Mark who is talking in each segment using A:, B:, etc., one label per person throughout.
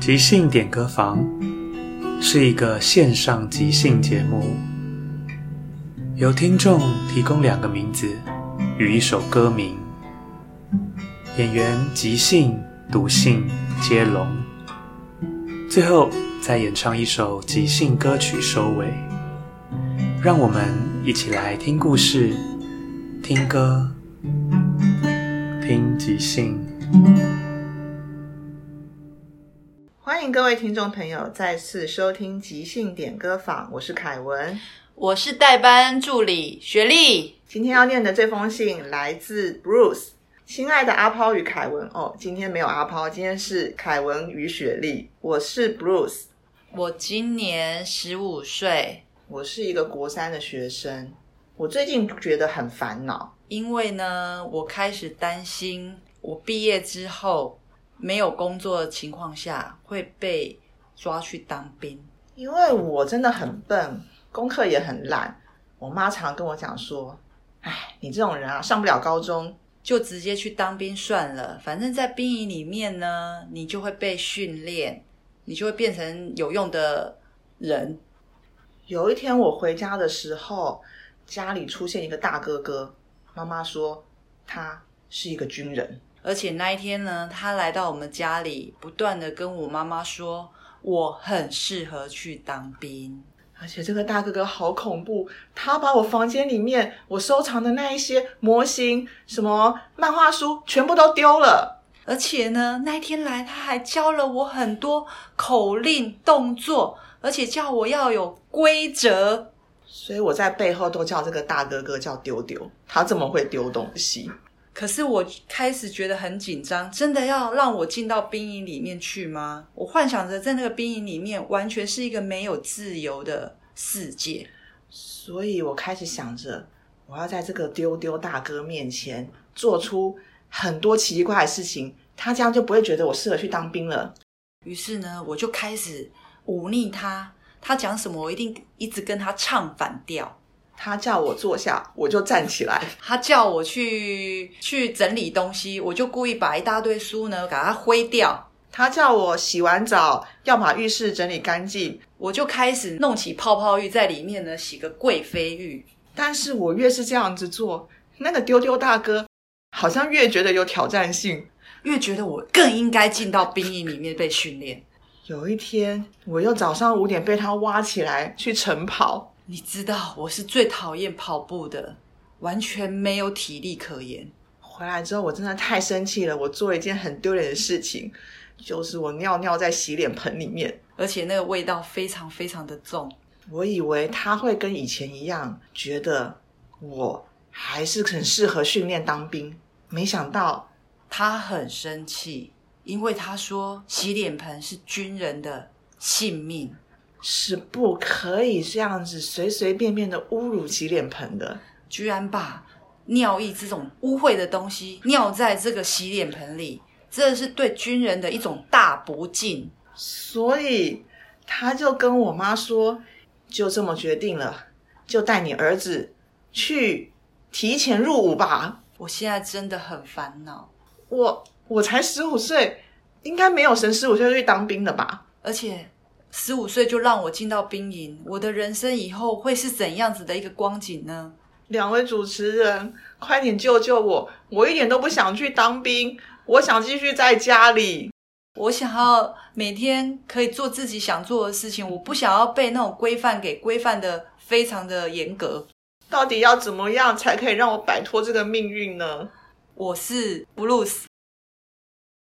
A: 即兴点歌房是一个线上即兴节目，由听众提供两个名字与一首歌名，演员即兴、读兴接龙，最后再演唱一首即兴歌曲收尾。让我们一起来听故事、听歌、听即兴。
B: 欢迎各位听众朋友再次收听即兴点歌坊，我是凯文。
C: 我是代班助理学历，
B: 今天要念的这封信来自 Bruce，亲爱的阿抛与凯文哦，今天没有阿抛，今天是凯文与雪莉。我是 Bruce，
C: 我今年十五岁，
B: 我是一个国三的学生，我最近觉得很烦恼，
C: 因为呢，我开始担心我毕业之后没有工作的情况下会被抓去当兵。
B: 因为我真的很笨，功课也很烂。我妈常跟我讲说：“哎，你这种人啊，上不了高中。
C: 就直接去当兵算了。反正，在兵营里面呢，你就会被训练，你就会变成有用的人。”
B: 有一天我回家的时候，家里出现一个大哥哥，妈妈说他是一个军人。
C: 而且那一天呢，他来到我们家里，不断的跟我妈妈说，我很适合去当兵。
B: 而且这个大哥哥好恐怖，他把我房间里面我收藏的那一些模型、什么漫画书全部都丢了。
C: 而且呢，那一天来他还教了我很多口令动作，而且叫我要有规则。
B: 所以我在背后都叫这个大哥哥叫丢丢，他这么会丢东西。
C: 可是我开始觉得很紧张，真的要让我进到兵营里面去吗？我幻想着在那个兵营里面，完全是一个没有自由的世界。
B: 所以我开始想着，我要在这个丢丢大哥面前做出很多奇怪的事情，他这样就不会觉得我适合去当兵了。
C: 于是呢，我就开始忤逆他，他讲什么我一定一直跟他唱反调。
B: 他叫我坐下，我就站起来。
C: 他叫我去去整理东西，我就故意把一大堆书呢给它挥掉，
B: 他叫我洗完澡要把浴室整理干净，
C: 我就开始弄起泡泡浴，在里面呢洗个贵妃浴。
B: 但是我越是这样子做，那个丢丢大哥好像越觉得有挑战性。
C: 越觉得我更应该进到兵营里面被训练。
B: 有一天，我又早上五点被他挖起来去晨跑，
C: 你知道我是最讨厌跑步的，完全没有体力可言。
B: 回来之后我真的太生气了，我做了一件很丢脸的事情，就是我尿尿在洗脸盆里面。
C: 而且那个味道非常非常的重，
B: 我以为他会跟以前一样，觉得我还是很适合训练当兵，没想到
C: 他很生气，因为他说洗脸盆是军人的性命。
B: 是不可以这样子随随便便的侮辱洗脸盆的。
C: 居然把尿液这种污秽的东西尿在这个洗脸盆里，这是对军人的一种大不敬。
B: 所以他就跟我妈说，就这么决定了，就带你儿子去提前入伍吧。
C: 我现在真的很烦恼，
B: 我我才十五岁，应该没有神十五岁就去当兵的吧？
C: 而且十五岁就让我进到兵营，我的人生以后会是怎样子的一个光景呢？
B: 两位主持人，快点救救我！我一点都不想去当兵，我想继续在家里。
C: 我想要每天可以做自己想做的事情，我不想要被那种规范给规范的非常的严格。
B: 到底要怎么样才可以让我摆脱这个命运呢？
C: 我是 Bruce，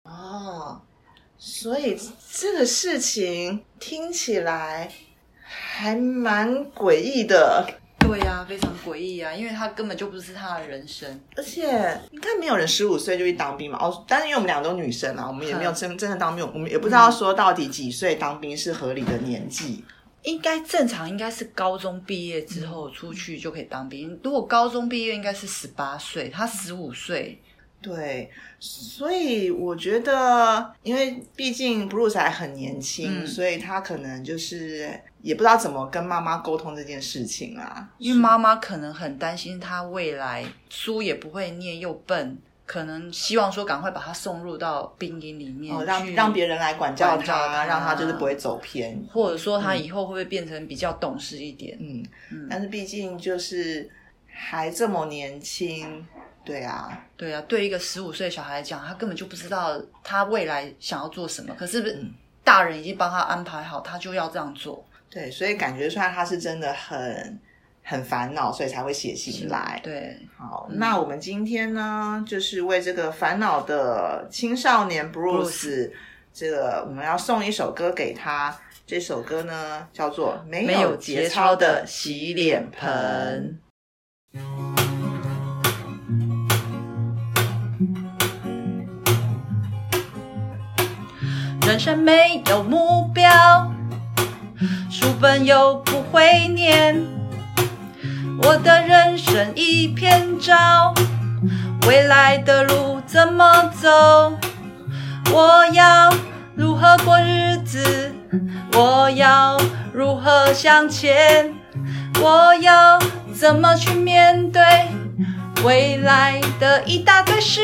B: 哦，所以这个事情听起来还蛮诡异的，
C: 对呀、非常诡异啊，因为他根本就不是他的人生。
B: 而且应该没有人十五岁就去当兵嘛。哦，但是因为我们俩都女生啊，我们也没
C: 嗯
B: 有真真的当兵，我们也不知道说到底几岁当兵是合理的年纪。
C: 应该正常应该是高中毕业之后出去就可以当兵，如果高中毕业应该是十八岁，他十五岁，
B: 对，所以我觉得，因为毕竟 Bruce 还很年轻，
C: 嗯
B: 所以他可能就是也不知道怎么跟妈妈沟通这件事情啊。
C: 因为妈妈可能很担心他未来书也不会念又笨，可能希望说赶快把他送入到兵营里面
B: 哦，
C: 去，
B: 让让别人来管教
C: 管教
B: 他，
C: 他
B: 让他就是不会走偏。
C: 或者说他以后会不会变成比较懂事一点？
B: 嗯，
C: 嗯，
B: 但是毕竟就是还这么年轻，对啊，
C: 对啊，对一个十五岁小孩来讲，他根本就不知道他未来想要做什么，可是
B: 嗯
C: 大人已经帮他安排好，他就要这样做。
B: 对，所以感觉出来他是真的很很烦恼，所以才会写信来。
C: 对，
B: 好，
C: 嗯
B: 那我们今天呢，就是为这个烦恼的青少年 Bruce，这个我们要送一首歌给他。这首歌呢，叫做《没
C: 没有
B: 有
C: 节
B: 节
C: 操
B: 操
C: 的
B: 的
C: 洗
B: 洗
C: 脸
B: 脸
C: 盆
B: 盆》。
C: 人生没有目标，书本又不会念，我的人生一片糟，未来的路怎么走？我要如何过日子？我要如何向前？我要怎么去面对未来的一大堆事？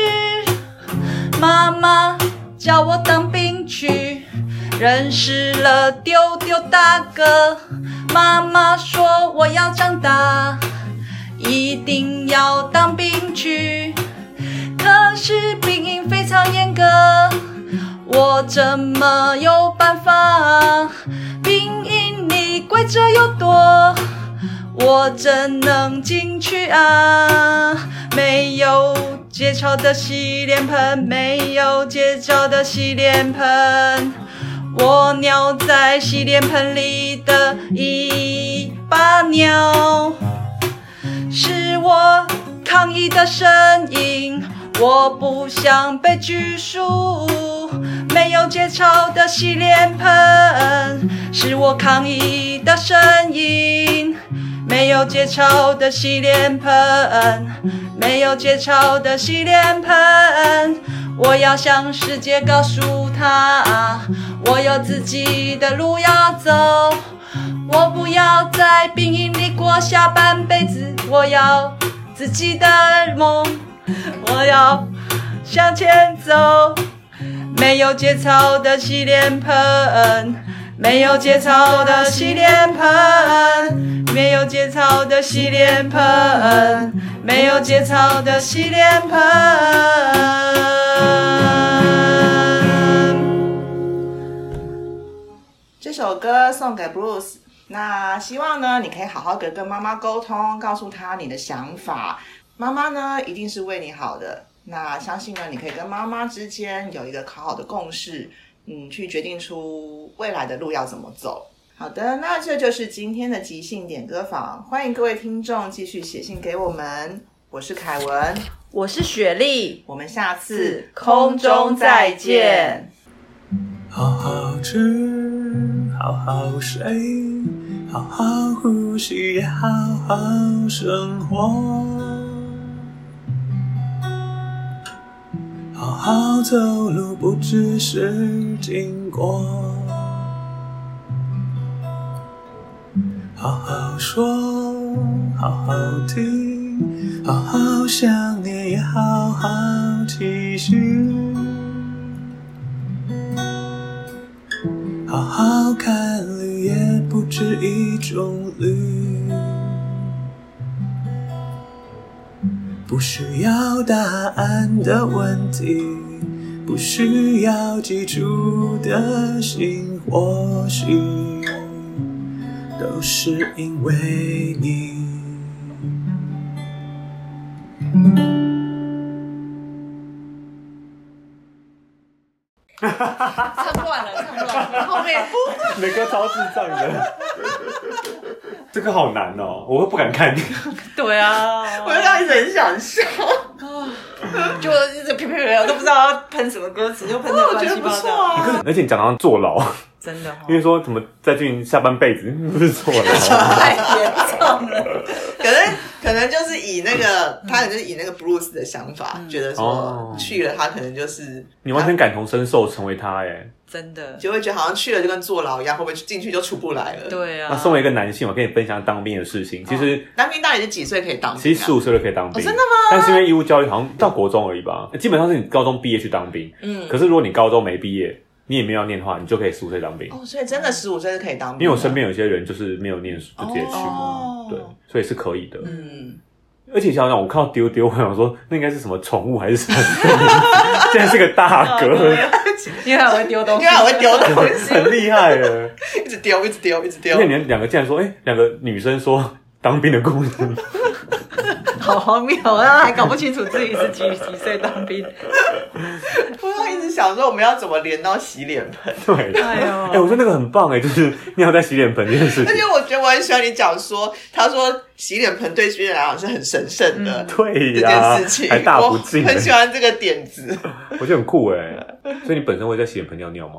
C: 妈妈叫我当兵去，认识了丢丢大哥。妈妈说我要长大，一定要当兵去。可是兵营非常严格，我怎么有办法？兵营里规则又多，我怎能进去啊？没有节操的洗脸盆，没有节操的洗脸盆，我尿在洗脸盆里的一把尿。是我抗议的声音，我不想被拘束。没有节操的洗脸盆，是我抗议的声音。没有节操的洗脸盆，没有节操的洗脸盆，我要向世界告诉他，我有自己的路要走。我不要在兵营里过下半辈子，我要自己的梦，我要向前走。没有节操的洗脸盆，没有节操的洗脸盆，没有节操的洗脸盆，没有节操的洗脸盆。
B: 这首歌送给 Bruce。那希望呢，你可以好好的跟妈妈沟通，告诉她你的想法。妈妈呢，一定是为你好的。那相信呢，你可以跟妈妈之间有一个好好的共识，嗯，去决定出未来的路要怎么走。好的，那这就是今天的即兴点歌坊，欢迎各位听众继续写信给我们。我是凯文，
C: 我是雪 莉，
B: 我们下次空中再见。
D: 好好吃，好好睡，好好呼吸，也好好生活。好好走路，不只是经过。好好说，好好听，好好想念，也好好继续。好好看绿也不止一种绿，不需要答案的问题，不需要基础的心，或许都是因为你。
C: 唱乱了，唱乱了，后面
E: 你的歌超智障的， 这个好难哦，我都不敢看。
C: 对啊，
B: 我就刚一直很想笑，
C: 就一直呸呸呸，我都不知道要喷什么歌词，就喷的
B: 我
C: 乱
B: 觉
C: 七
B: 得不
C: 八
B: 错
C: 糟，
B: 啊。
E: 而且你讲到坐 牢，
C: 真的哦哈
E: 因，为说怎么再进下半辈子 不是坐牢，
C: 太严重了，
B: 可能可能就是以那个，他可能就是以那个 Bruce 的想法，觉得说
E: 哦
B: 去了他可能就是
E: 你完全感同身受成为他 哎。
C: 真的，
B: 就会觉得好像去了就跟坐牢一样，会不会进去就出不来了？，
C: 对
E: 那
C: 啊，
E: 身为一个男性，我跟你分享当兵的 事情，其实。
B: 当兵到底是几岁可以当兵、啊？
E: 其实十五岁就可以当兵、
B: 哦哦真的
E: 吗？但是因为义务教育好像到国中而已吧，基本上是你高中毕业去当兵。
B: 嗯
E: 嗯，可是如果你高中没毕业，你也没有要念的话，你就可以十五岁当兵。
B: 哦，所以真的十五岁是可以当兵的，啊
E: 因为我身边有些人就是没有念书就直接去，
B: 哦
E: 对，所以是可以的。
B: 嗯，
E: 而且想想，我看到丢丢，我想说那应该是什么宠物还是什么， 竟然是个大哥，
C: 因为很会丢东
B: 因
C: 西
B: 为，我会丢东西，
E: 很厉害耶！
B: 一直丢，一直丢，一直丢
E: 因为。你们两个竟然说，哎、两个女生说当兵的故事，
C: 好荒谬啊，还搞不清楚自己是几几岁当兵，
B: 我要一直想说我们要怎么连到洗脸 盆，
E: 对，
C: 哎
E: 哎、
C: 呦
E: 我说那个很棒哎，就是尿在洗脸盆这件事
B: 而
E: 情
B: 且，我觉得我很喜欢你讲说，他说洗脸盆对军人来讲是很神圣的。
E: 嗯对
B: 这
E: 呀、
B: 件事情，
E: 还大不敬
B: 我
E: 哎，
B: 很喜欢这个点子。
E: 我觉得很酷哎。所以你本身会在洗脸盆尿尿吗？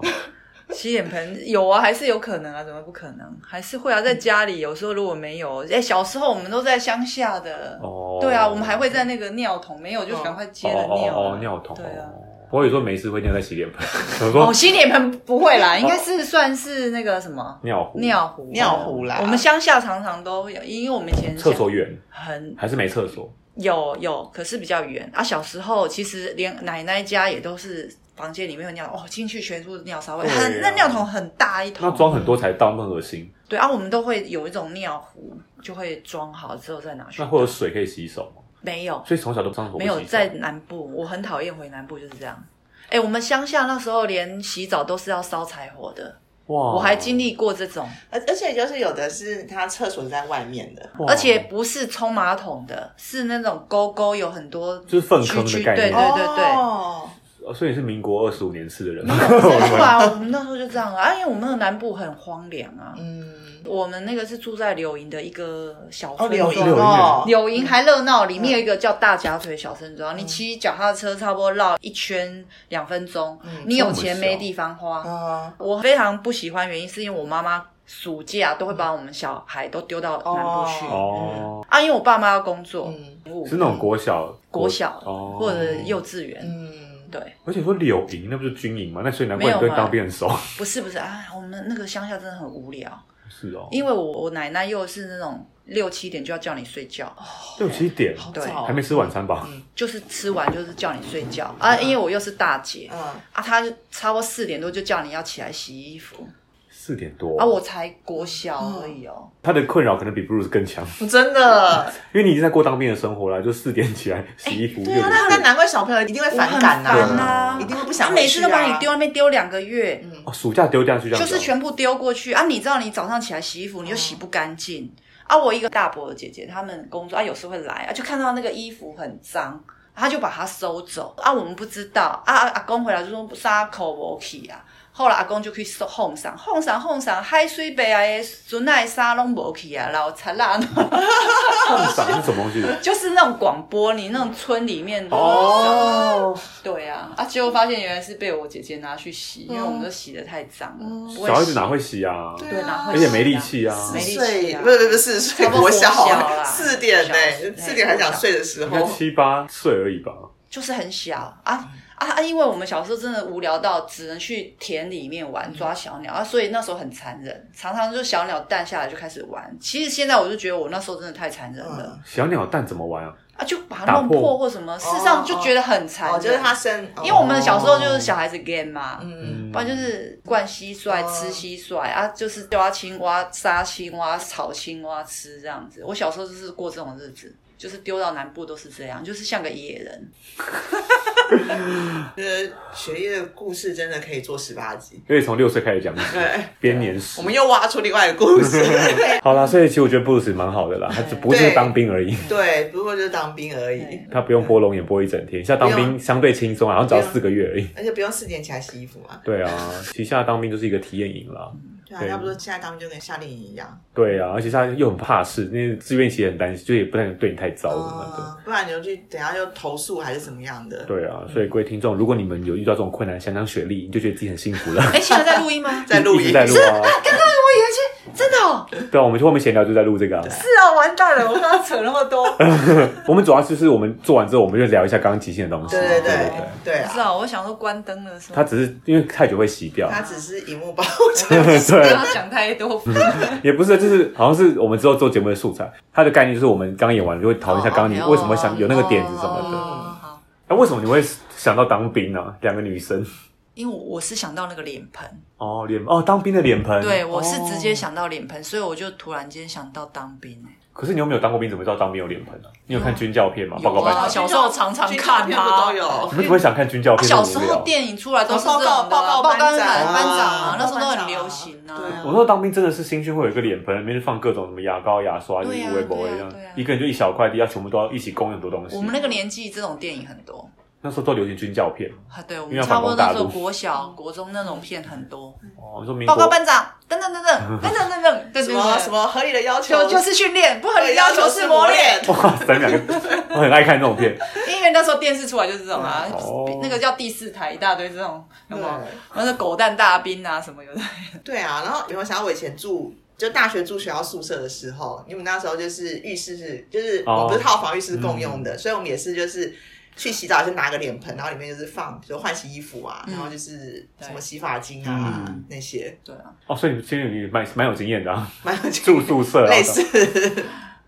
C: 洗脸盆有啊，还是有可能啊，怎么不可能？还是会啊，在家里有时候如果没有，哎、小时候我们都在乡下的，
E: 哦
C: 对啊，我们还会在那个尿桶，没有就赶快接着尿、
E: 哦哦哦，尿桶。
C: 对啊。
E: 我有时候没事会尿在洗脸盆，我
C: 哦，
E: 说
C: 洗脸盆不会啦，应该是算是那个什么
E: 尿壶、
C: 尿壶，
B: 尿壶啦，
C: 我们乡下常常都有，因为我们以前
E: 厕所远
C: 很
E: 还是没厕所？
C: 有有，可是比较远啊。小时候其实连奶奶家也都是房间里面有尿哦，进去全是尿骚味，
E: 对啊
C: 很那尿桶很大一
E: 那
C: 桶，
E: 装很多才到，那很恶心。
C: 对啊，我们都会有一种尿壶，就会装好之后再拿去
E: 那。会有水可以洗手吗？
C: 没有
E: 所以从小都上厕所不
C: 没
E: 洗手
C: 有在南部，我很讨厌回南部就是这样。哎，我们乡下那时候连洗澡都是要烧柴火的，
E: 哇，
C: 我还经历过这种，
B: 而而且就是有的是他厕所是在外面的，
E: 哇，
C: 而且不是冲马桶的，是那种沟沟有很多
E: 就是粪坑
C: 区
E: 的
C: 区
E: 概念
C: 对对对对。
B: 哦
E: 哦所以你是民国二十五年次的人，
C: 不然我们那时候就这样啊，因为我们那个南部很荒凉啊。
B: 嗯，
C: 我们那个是住在柳营的一个小
B: 哦，
C: 村
B: 柳营
C: 庄，
B: 哦，
C: 柳营还热闹，里面有一个叫大夹腿小村
E: 嗯
C: 庄，你骑脚踏车差不多绕一圈两分钟，
E: 嗯
C: 你有钱没地方
E: 哦
C: 花。
B: 啊，
C: 我非常不喜欢，原因是因为我妈妈暑假都会把我们小孩都丢到南部去
B: 哦
E: 哦，
C: 啊，因为我爸妈要工作，
B: 嗯
E: 是那种国小
C: 国小
E: 哦
C: 或者幼稚园，
B: 嗯，
C: 对，
E: 而且说柳营那不是军营吗？那所以难怪你
C: 没
E: 对
C: 有嘛啊
E: 当兵很熟。
C: 不是不是啊，我们那个乡下真的很无聊。
E: 是哦，
C: 因为我我奶奶又是那种六七点就要叫你睡觉，
B: 哦
E: 六七点
B: 好
C: 对
B: 早，哦
E: 还没吃晚餐
C: 嗯
E: 吧？
C: 就是吃完就是叫你睡觉啊。因为我又是大姐
B: 嗯，
C: 啊，她就差不多四点多就叫你要起来洗衣服
E: 四点多
C: 啊，我才国小而已哦。
E: 他的困扰可能比 Bruce 更强，
B: 真的，
E: 因为你已经在过当兵的生活了，就四点起来
C: 哎
E: 洗衣服，六
B: 对啊，
E: 点
B: 那那难怪小朋友一定会反感
C: 我
E: 很烦
C: 啊
B: 一定会不
C: 她
B: 想回去啊，
C: 每次都把你丢那边丢两个月，
E: 哦，暑假丢掉去这样
C: 就
E: 子哦，
C: 是全部丢过去啊。你知道你早上起来洗衣服你就洗不干净啊。我一个大伯的姐姐，他们工作啊，有时候会来啊，就看到那个衣服很脏。他就把它收走啊，我们不知道啊啊！阿公回来就说沙口我 k 啊，后来阿公就去送哄上，哄上哄上，海水北啊的孙奈沙拢无去啊， 老惨啦，
E: 碰嗓哦是什么东西？
C: 就是那种广播，你那种村里面的。
E: 哦，
C: 对啊，啊，结果发现原来是被我姐姐拿去洗，因为我们都洗的太脏了，不会
E: 小孩子
C: 洗
E: 哪会洗啊？
C: 对哪会
E: 而
C: 洗啊，
E: 且没力气啊。
C: 没力
B: 睡
C: 气啊
B: 不是不是不是睡
C: 差不多
B: 国小啊
C: 国小啦
B: 四点呢、
C: 国小
B: 四点还想睡的时
E: 应该
B: 候，
E: 七八岁而已吧。
C: 就是很小啊啊啊！因为我们小时候真的无聊到只能去田里面
B: 嗯
C: 玩抓小鸟啊，所以那时候很残忍，常常就小鸟蛋下来就开始玩。其实现在我就觉得我那时候真的太残忍
B: 嗯哦
C: 了、
E: 小鸟蛋怎么玩啊？
C: 啊，就把它
E: 打
C: 弄
E: 破
C: 破或什么，事实上就觉得很残
B: 哦，
C: 忍。
B: 就是他生，哦
C: 因为我们小时候就是小孩子 game 嘛，
B: 嗯，
C: 不然就是灌蟋蟀、
B: 哦
C: 吃蟋蟀啊，就是抓青蛙、杀青蛙、炒青蛙吃这样子。我小时候就是过这种日子。就是丢到南部都是这样，就是像个野人，
B: 觉得学业的故事真的可以做十八集。
E: 因为从六岁开始讲起，
B: 对，
E: 编年史
B: 我。们又挖出另外一个故 事。
E: 好啦，所以其实我觉得布鲁斯蛮好的啦，他只不过就是
B: 对
E: 当兵而已，
B: 对，不过就是当兵而已
C: 对，
E: 他不用播龙眼播一整天。像当
B: 不
E: 兵
B: 用
E: 相对轻松啊，好像只要
B: 不用
E: 四个月而已。
B: 而且不用四点起来洗衣服嘛。
E: 对啊，旗下当兵就是一个体验营啦。
B: 对啊，
E: 对
B: 差不多现在当兵就跟夏令营一样，
E: 对啊，而且他又很怕事，因为志愿其实很担心，就也不能对你太糟什么的。
B: 嗯，不然你就去等下又投诉还是怎么样的。
E: 对啊，所以各位听众，如果你们有遇到这种困难，想想雪莉，你就觉得自己很幸福了。
C: 哎、现在在录音吗？
B: 在录
E: 一直
B: 音，
E: 在录啊，
C: 我以为是真的、哦，
E: 对啊，我们去后面闲聊就在录这个啊。
B: 是啊，完蛋了，我刚刚扯那么多。
E: 我们主要就是我们做完之后，我们就聊一下刚刚即兴的东西。
B: 对对
E: 对
B: 对对
C: 不
B: 啊
C: 知，道，我想说关灯了是吗？
E: 他只是因为太久会洗掉，
B: 他只是荧幕包
E: 对，
C: 他讲太多，
E: 也不是，就是好像是我们之后做节目的素材。它的概念就是我们刚演完就会讨论一下，刚刚你为什么想有那个点子什么的。
C: 哦好
E: 那为什么你会想到当兵呢、两个女生
C: 因为我是想到那个脸盆，
E: 哦，脸哦，当兵的脸盆。
C: 对我是
E: 哦
C: 直接想到脸盆，所以我就突然间想到当兵、欸。
E: 可是你又没有当过兵，怎么知道当兵有脸盆呢、你有看军教片吗？报告班
C: 啊，
E: 长，
C: 小时候常常看
B: 军照片
C: 他
B: 不都。有
E: 你们只会想看军教片，
C: 小
E: 很
C: 时
E: 无聊
C: 候电影出来都是这种的
B: 哦报告
C: 报
B: 报
C: 告
B: 告班
C: 班
B: 长啊
C: 班长啊
B: 啊，
C: 那时候都很流行啊。
B: 对啊
E: 我说当兵真的是新训会有一个脸盆，里面放各种什么牙膏、牙刷，就是
C: 对啊
E: 微博
C: 对
E: 一
C: 啊
E: 样
C: 对啊，
E: 一个人就一小块地，要全部都要一起供很多东西哦
C: 我。们那个年纪这种电影很多
E: 那时候都流行军教片
C: 啊，对我
E: 因为
C: 们
E: 要
C: 差
E: 反
C: 不
E: 攻
C: 多那时候
E: 大陆
C: 国小、国中那种片很多。
E: 哦，你说民
C: 报
E: 国
C: 告班长，等等等等等等等等，对
B: 什
C: 对
B: 么
C: 对，
B: 什么合理的要求
C: 就就是训练，不合
B: 合理
C: 理
B: 的
C: 要
B: 要
C: 求
B: 求
C: 是
B: 是
C: 磨
B: 磨
C: 练。
B: 练。
E: 哇塞，你们两个我很爱看这种片，
C: 因为那时候电视出来就是这种啊，
E: 哦
C: 那个叫第四台一大堆这种，有没有
B: 对？
C: 那是狗蛋大兵啊什么有的，
B: 对啊，然后有没有想到我以前住就大学住学校宿舍的时候，你们那时候就是浴室是就是
E: 哦嗯
B: 我们不是套房浴室是共用的，所以我们也是就是。去洗澡就拿个脸盆，然后里面就是放，比如换洗衣服啊，
C: 嗯
B: 然后就是什么
C: 对
B: 洗发精啊、
E: 嗯
B: 那些，
C: 对啊，
E: 哦，所以你其实你蛮蛮有经验的、啊，
B: 蛮有趣
E: 住宿舍、啊、
B: 类似。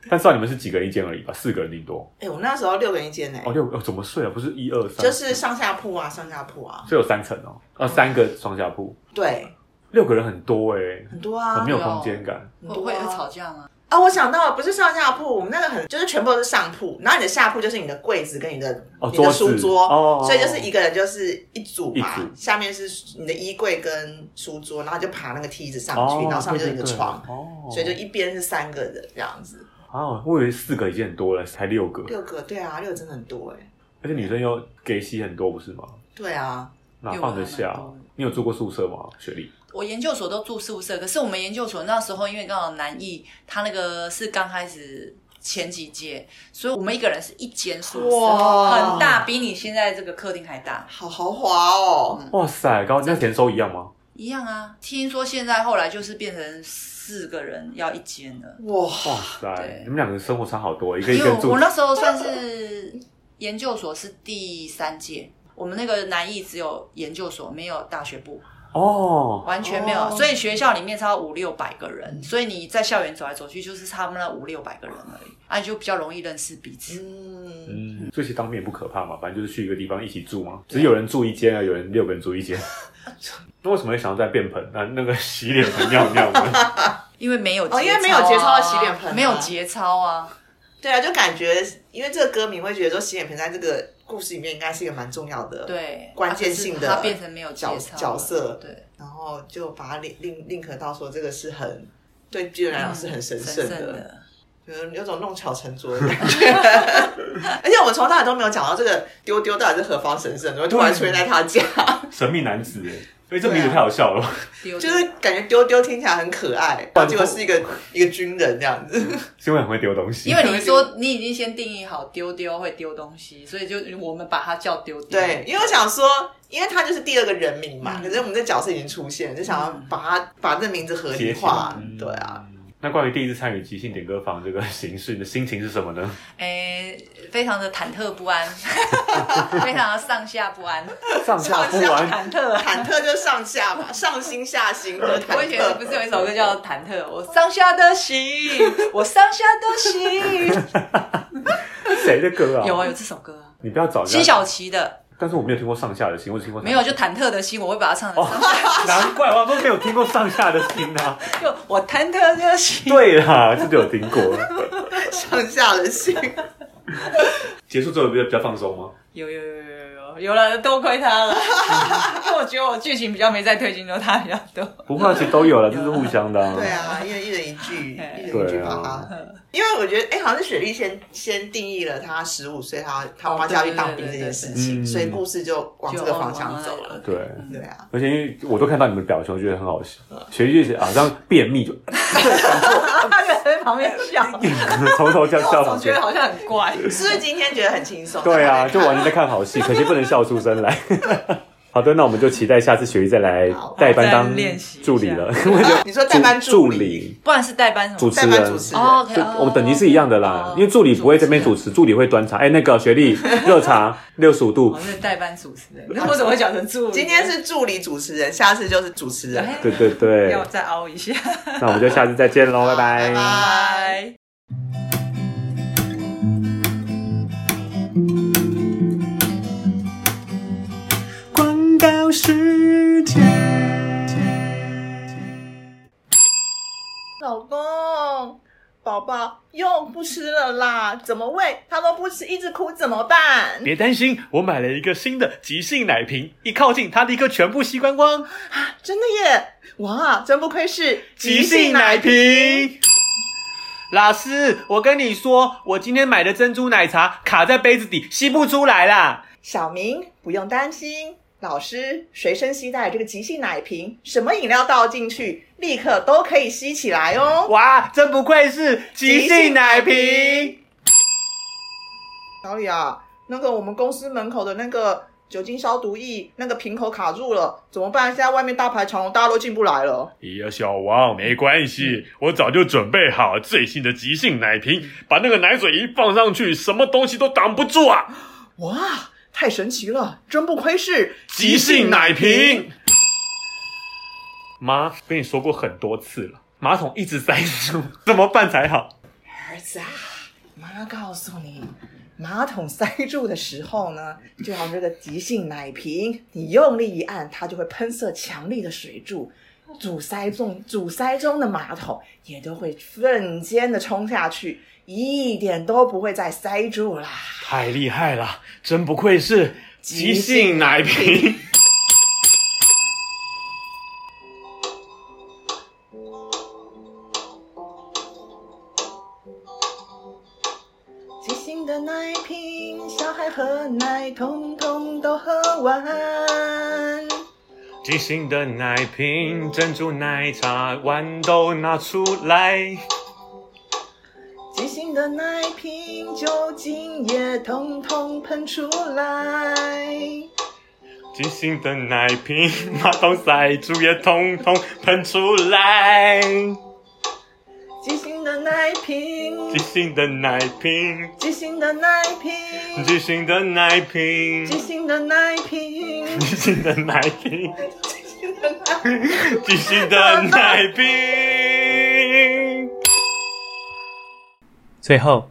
E: 但知道你们是几个人一间而已吧，四个人顶多。
B: 哎、我那时候六人一间呢、
E: 哦，六个哦，怎么睡啊？不是一二三，
B: 就是上下铺啊，上下铺啊，
E: 所以有三层哦，呃，三个上下铺，
B: 对，
E: 六个人很多哎、
B: 很多啊，
E: 很没有空间感。
C: 会
B: 很多
C: 会
B: 啊
C: 有吵架吗？
B: 啊，我想到了，不是上下铺，我们那个很就是全部都是上铺，然后你的下铺就是你的柜子跟你的、
E: 哦
B: 你的
E: 桌子
B: 书桌，
E: 哦
B: 所以就是一个人就是一组嘛，
E: 一组
B: 下面是你的衣柜跟书桌，然后就爬那个梯子上去，
E: 哦，
B: 然后上面就是你的
E: 对对对
B: 床，
E: 哦，
B: 所以就一边是三个人这样子，
E: 啊，我以为四个已经很多了，才六个，
B: 六个对啊，六个真的很多哎、
E: 而且女生又给息很多，不是吗？
B: 对啊，
E: 哪放得
C: 六个还
E: 下
C: 蛮多的？
E: 你有住过宿舍吗，雪莉？
C: 我研究所都住宿舍，可是我们研究所那时候因为刚好南艺，他那个是刚开始。前几届，所以我们一个人是一间宿舍，
B: 哇
C: 很大，比你现在这个客厅还大。
B: 好豪华哦，
E: 哇塞，高那钱收一样吗？
C: 一样啊，听说现在后来就是变成四个人要一间了。
B: 哇，
E: 哇塞
C: 对，
E: 你们两个生活差好多，一个一
C: 因
E: 个
C: 为
E: 住
C: 我那时候算是研究所是第三届，我们那个南艺只有研究所，没有大学部，
E: 哦，
C: 完全没有，
B: 哦
C: 所以学校里面差不多五六百个人，所以你在校园走来走去就是差不多那五六百个人而已，啊，你就比较容易认识彼此。
B: 嗯，
E: 嗯，所以其实当兵也不可怕嘛，反正就是去一个地方一起住嘛，只是有人住一间啊，有人六个人住一间。那为什么会想要在便盆啊？那个洗脸盆尿尿呢？
C: 因为没有节操啊、
B: 哦因为没有节操的洗脸盆啊
C: 没有节操啊，
B: 对啊，就感觉因为这个歌迷会觉得说洗脸盆在这个故事里面应该是一个蛮重要的，。
C: 对，
B: 关键性的
C: 啊可是他变成没有节操
B: 角角色
C: 对，
B: 然后就把它 link link link 到说这个是很对巨人来讲是很神圣的。
C: 的。
B: 嗯，有种弄巧成拙的感觉。 而且我们从头到尾都没有讲到这个丢丢到底是何方神圣，怎么突然出现在他家？
E: 神秘男子哎，因为这
B: 对啊
E: 名字太好笑了。
C: 丢
B: 就
C: 丢
B: 是感觉丢丢听起来很可爱，然后结果是一个一个军人这样子。
E: 是因为很会丢东西，
C: 因为你说你已经先定义好丢丢会丢东西，所以就我们把它叫丢丢。
B: 对，因为我想说，因为他就是第二个人名嘛，可是我们这角色已经出现，就想要把他把这名字合理
E: 贴心
B: 化。
E: 嗯
B: 对啊，
E: 那关于第一次参与即兴点歌房这个形式，你的心情是什么呢？
C: 诶、非常的忐忑不 安，非常的上下不安，
E: 上下不完，
C: 忐忑。
B: 忐忑就上下嘛，上心下心和忐
C: 我以前不
B: 忑。
C: 是有一首歌叫《忐忑》，我上下的心，我上下的心。
E: 谁的歌 啊？
C: 有啊，有这首歌啊，
E: 你不要找人
C: 辛
E: 家，
C: 晓琪的，
E: 但是我没有听过上下的心，我只听过
C: 没有就忐忑的心，我会把它唱成上下。
E: 难怪我都没有听过上下的心啊。
C: 就我忐忑的心。
E: 对啦，这就有听过。
B: 上下的心，
E: 结束之后比较比较放松吗？
C: 有有有有有有有了，多亏他 了，因为我觉得我剧情比较没在推进，都他比较多。
E: 不怕，其实都有了，这是互相的、啊。
B: 对啊，一人一人一 句，一人一句
E: 对
B: 把
E: 啊
B: 它。因为我觉得，哎，好像是雪莉先先定义了他十五岁，他他妈妈就要去当兵这件事
E: 哦对对对对
B: 情，
E: 嗯
B: 所以故事就往这个方向走了。
E: 对。
B: 对啊，
E: 而且因为我都看到你们表情，我觉得很好笑。学姐姐好像啊便秘就
C: 他就在旁边笑，
E: 从头 笑笑
C: 我总
E: 旁
C: 觉
E: 边
C: 得，好像很 怪。
B: 是不是今天觉得很轻松？
E: 对啊，就完全在看好戏，可惜不能笑出声来。 好的，那我们就期待下次雪姨再来
B: 好
E: 代班当
C: 再练习一下
E: 助理了，
B: 你 说代班
E: 助
B: 理，
E: 理、
C: 不然是代班什么？
E: 主持
B: 代班
E: 人
B: 主。持人，
C: 哦，OK，
E: 就
C: 哦
E: 我们等级是一样的
B: 哦
E: 啦，因为助理不会这边主。持，助理会端茶。哎，那个 学历热茶六十五度
C: 我，是哦代班主持 人，那我怎么会讲成助理？
B: 今天是助理主持人，下次就是主持人。
C: 哎
E: 对对 对
C: 要。再凹一下，
E: 那我们就下次再见 喽，拜
B: 拜拜
C: 拜。
D: 广告时间。
B: 老公，宝宝又不吃了啦，怎么喂他都不吃，一直哭怎么办？
E: 别担心，我买了一个新的即兴奶瓶，一靠近它立刻全部吸光光。
B: 真的耶！哇，真不愧是
E: 即兴奶瓶。老师，我跟你说，我今天买的珍珠奶茶卡在杯子底，吸不出来啦。
B: 小明，不用担心，老师随身携带这个即兴奶瓶，什么饮料倒进去，立刻都可以吸起来哦。
E: 哇，真不愧是即兴奶瓶。
B: 小李啊，那个我们公司门口的那个酒精消毒液那个瓶口卡住了，怎么办？现在外面大排长龙，大家都进不来了。
F: 哎呀，小王，没关系，我早就准备好最新的即兴奶瓶，把那个奶嘴一放上去，什么东西都挡不住啊！
B: 哇，太神奇了，真不愧是
F: 即兴奶瓶。
E: 妈，跟你说过很多次了，马桶一直塞住， 怎么办才好？
B: 儿子啊，妈告诉你，马桶塞住的时候呢，就用这个即兴奶瓶，你用力一按，它就会喷射强力的水柱，阻塞中阻塞中的马桶也都会瞬间的冲下去，一点都不会再塞住啦。
E: 太厉害了，真不愧是
B: 即兴
E: 奶瓶。
B: 即兴的奶瓶，小孩喝奶，通通都喝完。
E: 即兴的奶瓶，珍珠奶茶，豌豆拿出来。
B: 即兴的奶瓶，酒精也通通喷出来。
E: 即兴的奶瓶， 马桶塞住也通通喷出来。
B: 即兴的奶瓶
E: 即，兴的奶瓶，
B: 即兴的奶瓶，
E: 即兴的奶瓶，
B: 即兴的奶瓶，
E: 即兴的奶瓶，
B: 即兴的奶瓶。
E: 即兴的奶瓶。
A: 最后，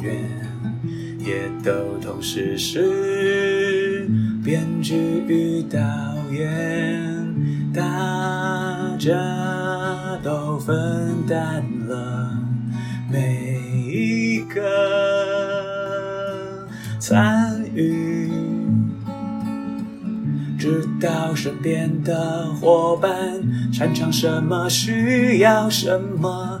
D: 员，也都同时是编剧与导演，大家都分担了每一个参与，知道身边的伙伴擅长什么，需要什么。